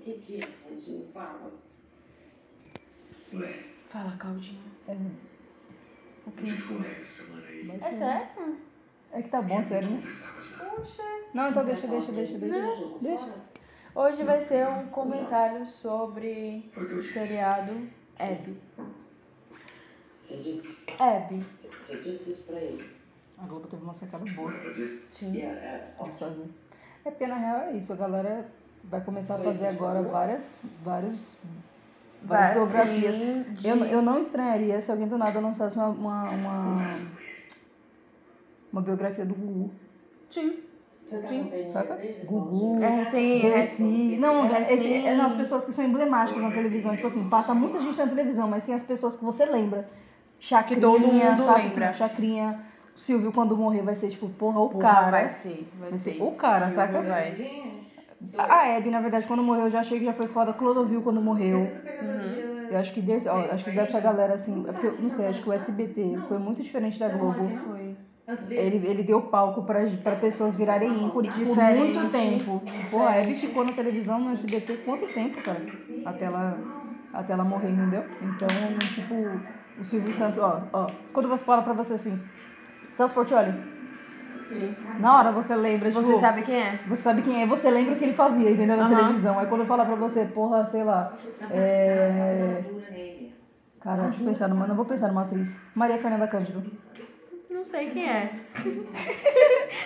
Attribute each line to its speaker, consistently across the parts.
Speaker 1: que que é, Claudinho? Fala.
Speaker 2: Ué,
Speaker 3: Fala, Claudinho.
Speaker 4: O
Speaker 2: não tive
Speaker 4: que?
Speaker 2: com essa semana aí.
Speaker 4: Mas
Speaker 1: É
Speaker 4: que-
Speaker 1: sério?
Speaker 4: É que tá bom, sério, né?
Speaker 2: Conversar com a senhora.
Speaker 1: Poxa.
Speaker 4: Não, então deixa, deixa, deixa, deixa.
Speaker 1: Jogo
Speaker 4: deixa.
Speaker 1: fora?
Speaker 4: Hoje vai ser um comentário sobre
Speaker 2: Foi o que eu
Speaker 4: o
Speaker 2: disse.
Speaker 4: seriado Abby.
Speaker 1: Você disse,
Speaker 4: Abby.
Speaker 1: você- você disse isso pra ele.
Speaker 4: A Globo teve uma sacada
Speaker 2: Não
Speaker 4: boa.
Speaker 2: era pra dizer?
Speaker 1: E
Speaker 4: Tinha
Speaker 1: era, era
Speaker 4: que
Speaker 1: ótimo.
Speaker 4: fazer. É porque na real é isso, a galera vai começar a
Speaker 1: Foi
Speaker 4: fazer
Speaker 1: isso,
Speaker 4: agora
Speaker 1: né?
Speaker 4: várias, vários,
Speaker 3: Vai,
Speaker 4: várias biografias.
Speaker 3: sim, de-
Speaker 4: Eu, eu não estranharia se alguém do nada lançasse uma, uma, uma,
Speaker 2: Conversa com ele.
Speaker 4: uma biografia do Gugu.
Speaker 3: Sim.
Speaker 1: Você tá
Speaker 4: Sim,
Speaker 1: com peninha
Speaker 4: saca?
Speaker 1: dele,
Speaker 4: Gugu.
Speaker 3: É
Speaker 1: Claudinho?
Speaker 3: recém.
Speaker 4: Esse, não,
Speaker 3: É,
Speaker 4: esse,
Speaker 3: sim.
Speaker 4: é, não, as pessoas que são emblemáticas na televisão. Tipo assim, passa muita gente na televisão, mas tem as pessoas que você lembra. Chacrinha,
Speaker 3: Que todo mundo
Speaker 4: sabe?
Speaker 3: lembra.
Speaker 4: Chacrinha. O Silvio, quando morrer, vai ser tipo, porra, o
Speaker 3: Porra,
Speaker 4: cara.
Speaker 3: vai ser. Vai
Speaker 4: Vai ser
Speaker 3: ser.
Speaker 4: o cara,
Speaker 3: Sim,
Speaker 4: saca?
Speaker 3: Vai.
Speaker 4: A Abby, na verdade, quando morreu, eu já achei que já foi foda. Clodovil, quando morreu. Eu acho que desse, ó, acho que dessa galera, assim,
Speaker 3: tá
Speaker 4: é porque eu não sei, acho que o SBT foi muito diferente da Globo.
Speaker 3: Foi.
Speaker 4: Ele, ele deu palco pra, pra pessoas virarem ícone por
Speaker 3: tá Diferente.
Speaker 4: muito tempo. Pô, a Abby ficou na televisão no SBT quanto tempo, cara? Até ela, até ela morrer, entendeu? Então, tipo, o Silvio Santos, ó, ó. Quando eu falo pra você assim, Celso Portioli, na hora você lembra, tipo,
Speaker 3: Você sabe quem é?
Speaker 4: você sabe quem é, você lembra o que ele fazia, entendeu? Na
Speaker 3: Aham.
Speaker 4: televisão. Aí quando eu falar pra você, porra, sei lá. É. Cara, deixa eu pensar numa. Não vou pensar numa atriz. Maria Fernanda Cândido.
Speaker 3: Não sei quem é.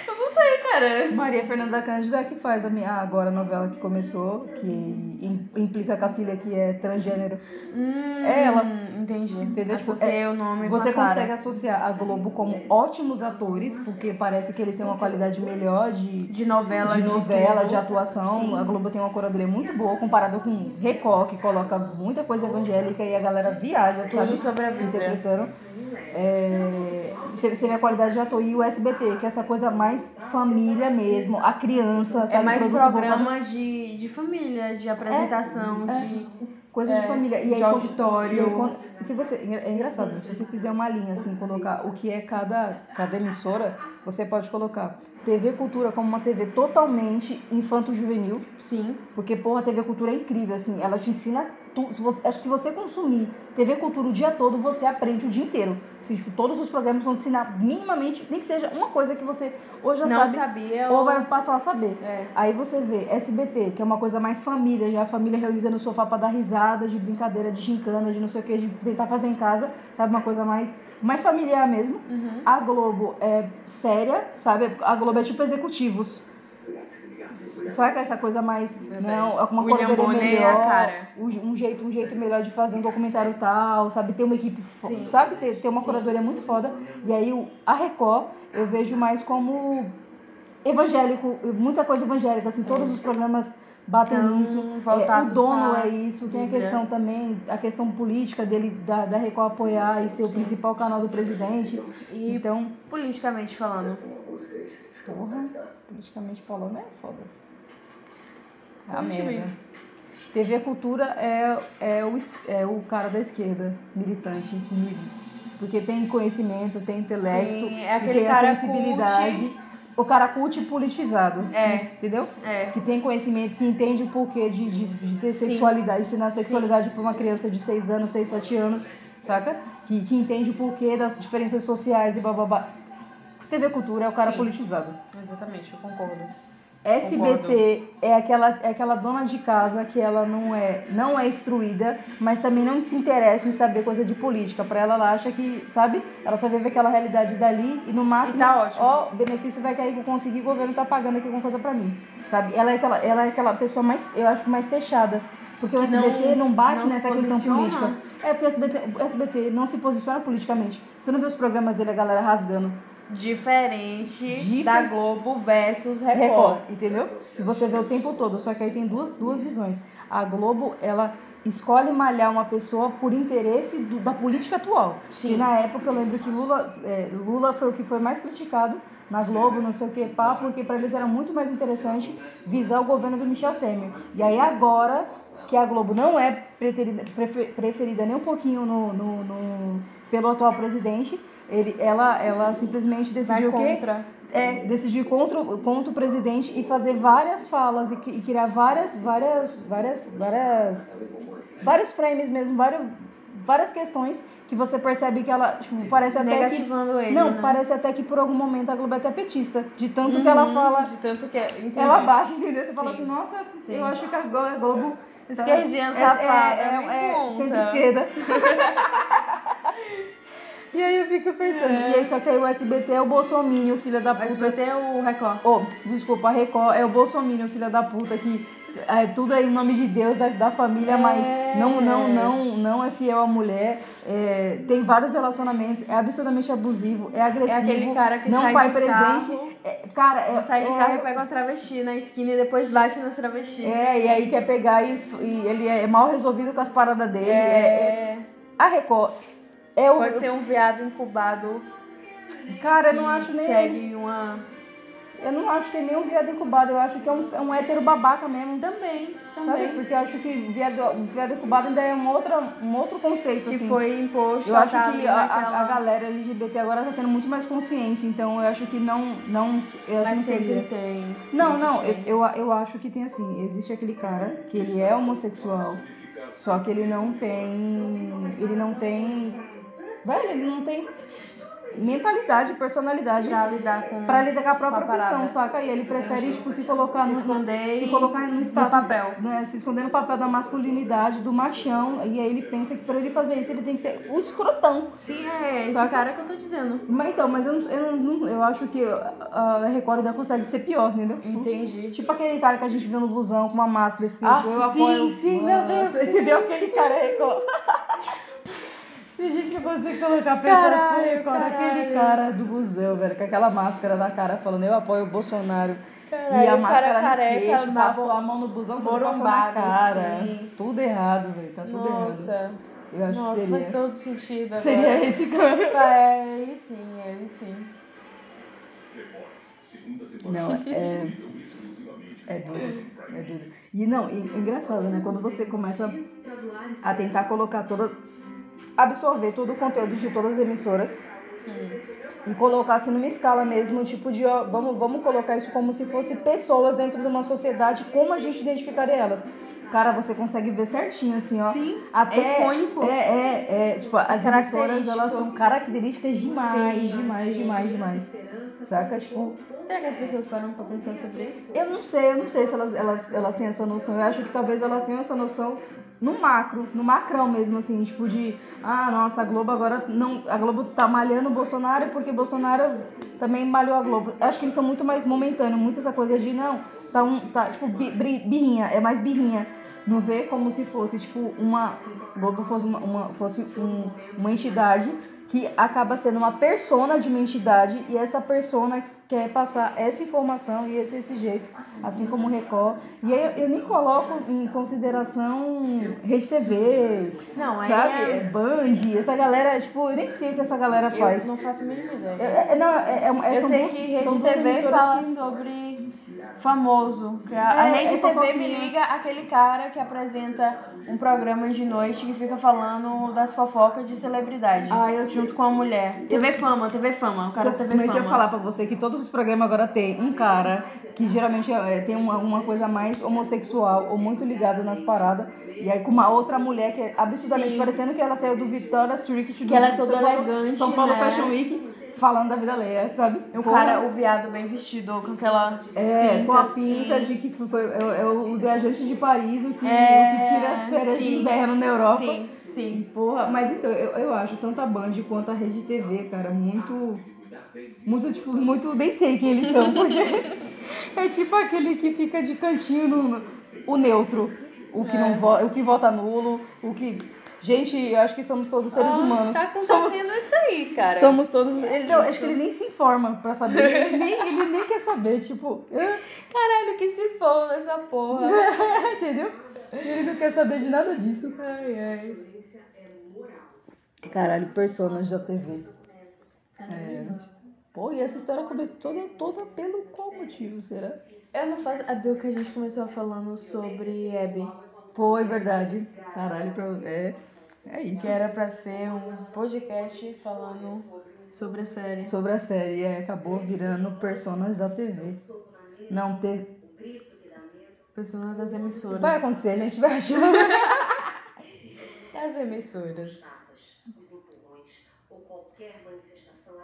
Speaker 3: eu não sei, cara.
Speaker 4: Maria Fernanda Cândido é a que faz a minha agora a novela que começou, que im- implica com a filha que é transgênero.
Speaker 3: Hum,
Speaker 4: É ela.
Speaker 3: Entendi.
Speaker 4: Entendeu? Tipo,
Speaker 3: Associei
Speaker 4: é-
Speaker 3: o nome
Speaker 4: Você
Speaker 3: com a
Speaker 4: consegue
Speaker 3: cara. É.
Speaker 4: associar a Globo como ótimos atores, porque parece que eles têm uma qualidade melhor de,
Speaker 3: De novela,
Speaker 4: de novela, de
Speaker 3: tudo.
Speaker 4: atuação. A Globo tem uma curadoria muito boa comparado com Record, que coloca muita coisa evangélica e a galera viaja, sabe? sobre a Interpretando.
Speaker 3: né?
Speaker 4: É, você, você vê a qualidade de ator. E o SBT, que é essa coisa mais família mesmo, a criança, sabe?
Speaker 3: É mais É,
Speaker 4: Produto voltado-
Speaker 3: programa de, de família, de apresentação, de.
Speaker 4: Coisa de família. E
Speaker 3: É, de
Speaker 4: aí,
Speaker 3: auditório.
Speaker 4: e aí, quando- se você, é engraçado, se você fizer uma linha, assim, colocar o que é cada, cada emissora, você pode colocar TV Cultura como uma TV totalmente infanto-juvenil.
Speaker 3: Sim.
Speaker 4: Porque, porra, a TV Cultura é incrível, assim, ela te ensina tudo. Se você, acho que se você consumir TV Cultura o dia todo, você aprende o dia inteiro. Assim, tipo, todos os programas vão te ensinar minimamente, nem que seja uma coisa que você ou já
Speaker 3: não
Speaker 4: sabe,
Speaker 3: sabia.
Speaker 4: ou vai passar a saber.
Speaker 3: É.
Speaker 4: Aí você vê SBT, que é uma coisa mais família, já a família reunida no sofá pra dar risada, de brincadeira, de gincana, de não sei o que, de tentar fazer em casa, sabe? Uma coisa mais, mais familiar mesmo.
Speaker 3: Uhum.
Speaker 4: A Globo é séria, sabe? A Globo é tipo executivos.
Speaker 2: é.
Speaker 4: Saca essa coisa mais. Não, alguma
Speaker 3: William
Speaker 4: coisa
Speaker 3: Bonner é a
Speaker 4: melhor.
Speaker 3: cara.
Speaker 4: Um, um jeito, um jeito melhor de fazer um documentário tal, sabe? Ter uma equipe, fo-
Speaker 3: Sim.
Speaker 4: sabe? Ter, ter uma curadoria muito foda. E aí o- a Record eu vejo mais como evangélico, muita coisa evangélica, assim, todos os programas batem
Speaker 3: Então,
Speaker 4: nisso. É, o
Speaker 3: É. voltados
Speaker 4: dono
Speaker 3: pra
Speaker 4: é isso, tem a
Speaker 3: Bíblia.
Speaker 4: questão também, a questão política dele, da, da Record apoiar e ser o principal canal do presidente.
Speaker 3: E-
Speaker 4: Então,
Speaker 3: Politicamente falando.
Speaker 4: porra, politicamente falando, é foda. É a
Speaker 3: Muito
Speaker 4: merda.
Speaker 3: mesmo.
Speaker 4: TV Cultura é, é, o, es- é o cara da esquerda, militante, que mi- porque tem conhecimento, tem intelecto,
Speaker 3: Sim, é aquele
Speaker 4: tem
Speaker 3: cara
Speaker 4: a sensibilidade. O cara cult e politizado.
Speaker 3: É.
Speaker 4: Entendeu?
Speaker 3: É.
Speaker 4: Que tem conhecimento, que entende o porquê de, de, de ter sexualidade, ensinar sexualidade pra uma criança de 6 anos, 6, 7 anos, saca? Que, que entende o porquê das diferenças sociais e bababá. TV Cultura é o cara
Speaker 3: Sim.
Speaker 4: politizado.
Speaker 3: Exatamente, eu concordo.
Speaker 4: SBT é aquela, é aquela dona de casa que ela não é, não é instruída, mas também não se interessa em saber coisa de política. Pra ela, ela acha que, sabe? Ela só vive aquela realidade dali e no máximo,
Speaker 3: tá ótimo.
Speaker 4: ó, o benefício vai cair que eu consegui, o governo tá pagando aqui alguma coisa pra mim, sabe? Ela é aquela, ela é aquela pessoa mais, eu acho que mais fechada. Porque o
Speaker 3: Que não-
Speaker 4: SBT não, bate
Speaker 3: não se
Speaker 4: nessa questão
Speaker 3: posiciona.
Speaker 4: política. É, porque o SBT, o SBT não se posiciona politicamente. Você não vê os programas dele, a galera rasgando.
Speaker 3: Diferente
Speaker 4: Difer-
Speaker 3: da Globo versus Record.
Speaker 4: Record, entendeu? E você vê o tempo todo, só que aí tem duas, duas visões. A Globo, ela escolhe malhar uma pessoa por interesse do- da política atual.
Speaker 3: Sim.
Speaker 4: E na época eu lembro que Lula, é, Lula foi o que foi mais criticado na Globo, não sei o que, pá, porque pra eles era muito mais interessante visar o governo do Michel Temer. E aí agora que a Globo não é preterida- prefe- preferida nem um pouquinho no, no- no- pelo atual presidente, ele, ela, ela simplesmente
Speaker 3: Vai
Speaker 4: decidiu o quê?
Speaker 3: contra.
Speaker 4: é, decidir contra, o- contra o presidente e fazer várias falas e, cri- e criar várias, várias, várias, várias,
Speaker 2: é?
Speaker 4: vários frames mesmo, várias, várias questões que você percebe que ela, tipo, parece até que...
Speaker 3: Tá Negativando ele.
Speaker 4: não,
Speaker 3: né?
Speaker 4: parece até que por algum momento a Globo é até petista, de tanto que
Speaker 3: Uhum. Hum,
Speaker 4: ela fala,
Speaker 2: De tanto
Speaker 3: é
Speaker 2: que. Entendi.
Speaker 4: ela baixa, entendeu? Você fala
Speaker 2: Sim.
Speaker 4: assim, nossa,
Speaker 3: Sim. Tá
Speaker 4: eu acho que a Glo- a Globo...
Speaker 3: Esquerdinha
Speaker 4: É- é-
Speaker 3: safada,
Speaker 4: é-
Speaker 3: me
Speaker 4: é
Speaker 3: conta.
Speaker 4: centro-esquerda. E aí eu fico pensando,
Speaker 3: É.
Speaker 4: e aí só que aí o SBT é o Bolsominion, filha da
Speaker 3: O
Speaker 4: puta.
Speaker 3: SBT é o Record.
Speaker 4: Oh, desculpa, a Record é o Bolsominion, filha da puta, que é tudo aí em nome de Deus, da, da
Speaker 3: É.
Speaker 4: família, mas não, não, não, não é fiel à mulher, é, tem vários relacionamentos, é absurdamente abusivo, é agressivo,
Speaker 3: aquele cara que
Speaker 4: não
Speaker 3: sai
Speaker 4: pai
Speaker 3: de
Speaker 4: presente.
Speaker 3: carro.
Speaker 4: é- cara, é,
Speaker 3: Sai de
Speaker 4: é-
Speaker 3: carro e pega uma travesti na esquina e depois bate nas travestis.
Speaker 4: é, e aí quer pegar e, e ele é mal resolvido com as paradas dele. é- é-
Speaker 3: É.
Speaker 4: a Record é o.
Speaker 3: Pode ser um viado incubado
Speaker 4: Cara, eu
Speaker 3: que
Speaker 4: não acho nem.
Speaker 3: segue uma...
Speaker 4: Eu não acho que é nem um viado incubado, eu acho que é um, é um hétero babaca mesmo.
Speaker 3: Também, também.
Speaker 4: Sabe? Porque eu acho que viado, viado incubado ainda é um, outra, um outro conceito.
Speaker 3: que
Speaker 4: assim.
Speaker 3: foi imposto.
Speaker 4: Eu acho
Speaker 3: tá ali
Speaker 4: que a, a-
Speaker 3: naquela-
Speaker 4: a galera LGBT agora tá tendo muito mais consciência, então eu acho que não. não eu acho que não
Speaker 3: Mas sempre
Speaker 4: seria.
Speaker 3: tem.
Speaker 4: Não,
Speaker 3: sempre
Speaker 4: não, eu,
Speaker 3: tem.
Speaker 4: eu, eu acho que tem assim, existe aquele cara que ele é homossexual, só que ele não tem. Ele não tem. Velho, ele não tem mentalidade, personalidade
Speaker 3: Pra lidar com.
Speaker 4: pra lidar com a própria
Speaker 3: Com a parada.
Speaker 4: opção, saca? E ele prefere, tipo, se colocar
Speaker 3: Se
Speaker 4: no-
Speaker 3: esconder
Speaker 4: se
Speaker 3: e-
Speaker 4: colocar um no
Speaker 3: no
Speaker 4: status,
Speaker 3: papel.
Speaker 4: né, se esconder no papel da masculinidade, do machão, e aí ele pensa que pra ele fazer isso ele tem que ser o escrotão.
Speaker 3: Sim, é esse
Speaker 4: Só que-
Speaker 3: cara que eu tô dizendo.
Speaker 4: Mas então, mas eu, não- eu, não- eu acho que ah, a a Record ainda consegue ser pior, entendeu?
Speaker 3: Entendi.
Speaker 4: Tipo aquele cara que a gente viu no busão com uma máscara escrito
Speaker 3: Ah,
Speaker 4: Eu
Speaker 3: sim,
Speaker 4: apoio...
Speaker 3: sim,
Speaker 4: Nossa,
Speaker 3: meu Deus, sim.
Speaker 4: Entendeu? Aquele cara é Record. Se a gente fosse colocar pessoas
Speaker 3: Caralho,
Speaker 4: por Record,
Speaker 3: caralho.
Speaker 4: aquele cara do busão, velho, com aquela máscara na cara falando eu apoio o Bolsonaro.
Speaker 3: Caralho,
Speaker 4: e a
Speaker 3: o cara
Speaker 4: máscara
Speaker 3: careca,
Speaker 4: no queixo,
Speaker 3: na
Speaker 4: passou
Speaker 3: bo-
Speaker 4: a mão no busão, tudo passou na
Speaker 3: borombado,
Speaker 4: cara.
Speaker 3: sim.
Speaker 4: Tudo errado, velho, tá tudo errado.
Speaker 3: Nossa.
Speaker 4: Eu acho
Speaker 3: Nossa,
Speaker 4: que
Speaker 3: faz
Speaker 4: seria...
Speaker 3: todo sentido agora.
Speaker 4: Seria esse cara.
Speaker 3: É, ele sim, ele sim.
Speaker 4: Não, é. É duro, é duro. E não, e, engraçado, né? Quando você começa a tentar colocar toda. absorver todo o conteúdo de todas as emissoras e colocar assim numa escala mesmo, tipo de. ó, vamos, vamos colocar isso como se fosse pessoas dentro de uma sociedade, como a gente identificaria elas. Cara, você consegue ver certinho, assim, ó.
Speaker 3: Sim,
Speaker 4: Até,
Speaker 3: é icônico.
Speaker 4: É, é, é. Tipo, as emissoras,
Speaker 3: Característico.
Speaker 4: elas são características demais,
Speaker 3: Sim,
Speaker 4: demais,
Speaker 3: sim.
Speaker 4: demais, demais. Saca? Tipo,
Speaker 3: Será que as pessoas param pra pensar sobre isso?
Speaker 4: eu não sei, eu não sei se elas, elas, elas têm essa noção. Eu acho que talvez elas tenham essa noção no macro, no macrão mesmo, assim, tipo de ah, nossa, a Globo agora não. A Globo tá malhando o Bolsonaro porque Bolsonaro também malhou a Globo. Eu acho que eles são muito mais momentâneos, muito essa coisa de não, tá um. tá tipo bi- bri- birrinha, é mais birrinha. Não vê como se fosse, tipo, uma. Globo fosse uma, uma- fosse um- uma entidade que acaba sendo uma persona de uma entidade e essa persona quer passar essa informação e esse, esse jeito, assim como o Record. E aí eu, eu nem coloco em consideração Rede TV,
Speaker 3: Não, aí
Speaker 4: sabe?
Speaker 3: é-
Speaker 4: É Band, essa galera, tipo, eu nem sei o que essa galera faz.
Speaker 3: Eu não faço a mínima ideia.
Speaker 4: É- é- é- não, é- é- é-
Speaker 3: Eu
Speaker 4: são
Speaker 3: sei
Speaker 4: duas-
Speaker 3: que
Speaker 4: são
Speaker 3: Rede
Speaker 4: duas
Speaker 3: TV
Speaker 4: emissoras
Speaker 3: fala
Speaker 4: que-
Speaker 3: sobre famoso. que a, a
Speaker 4: É,
Speaker 3: Rede
Speaker 4: é
Speaker 3: TV me
Speaker 4: fofoquinha.
Speaker 3: liga aquele cara que apresenta um programa de noite que fica falando das fofocas de celebridade.
Speaker 4: Ah, eu
Speaker 3: junto com a mulher. TV Fama, TV Fama. O
Speaker 4: Se
Speaker 3: cara
Speaker 4: eu
Speaker 3: TV
Speaker 4: comecei
Speaker 3: Fama.
Speaker 4: a falar pra você que todos os programas agora tem um cara que geralmente é, tem uma, uma coisa mais homossexual ou muito ligado nas paradas, e aí com uma outra mulher que é absurdamente
Speaker 3: Sim.
Speaker 4: parecendo que ela saiu do Victoria's Secret do
Speaker 3: Que ela é toda
Speaker 4: São Paulo-
Speaker 3: elegante,
Speaker 4: São Paulo
Speaker 3: né?
Speaker 4: Fashion Week, falando da vida alheia, sabe?
Speaker 3: O
Speaker 4: Com-
Speaker 3: cara, o viado bem vestido, com aquela.
Speaker 4: é, com a
Speaker 3: assim.
Speaker 4: pinta de que foi, foi- é, é o viajante de Paris, o que,
Speaker 3: É,
Speaker 4: o que tira as férias de
Speaker 3: sim.
Speaker 4: inverno na Europa.
Speaker 3: Sim, sim.
Speaker 4: Porra, mas então, eu, eu acho tanto a Band quanto a Rede TV, cara, muito. Muito, tipo, muito. Nem sei quem eles são, porque. é tipo aquele que fica de cantinho no. no- o neutro. O que,
Speaker 3: É.
Speaker 4: não vo, o que vota nulo, o que. Gente, eu acho que somos todos seres
Speaker 3: Ah,
Speaker 4: humanos.
Speaker 3: Tá
Speaker 4: somos,
Speaker 3: acontecendo isso aí, cara. É
Speaker 4: somos todos. Ele, não, acho
Speaker 3: Isso.
Speaker 4: que ele nem se informa pra saber. Ele nem, ele nem quer saber, tipo.
Speaker 3: Caralho, que se for nessa porra.
Speaker 4: Entendeu? Ele não quer saber de nada disso.
Speaker 3: ai, ai.
Speaker 4: Caralho, personas da TV. É. Pô, e essa história começou toda, toda pelo qual motivo, será?
Speaker 3: Eu não faço. A do que a gente começou falando sobre Abby.
Speaker 4: Pô, é verdade. Caralho, pra- é, é isso.
Speaker 3: Que era pra ser um podcast um falando sobre a série.
Speaker 4: sobre a série. é, acabou virando personas da TV. Não teve.
Speaker 3: Personagem das emissoras.
Speaker 4: Vai acontecer, a gente vai achar.
Speaker 3: Das emissoras.
Speaker 5: os empurrões ou qualquer manifestação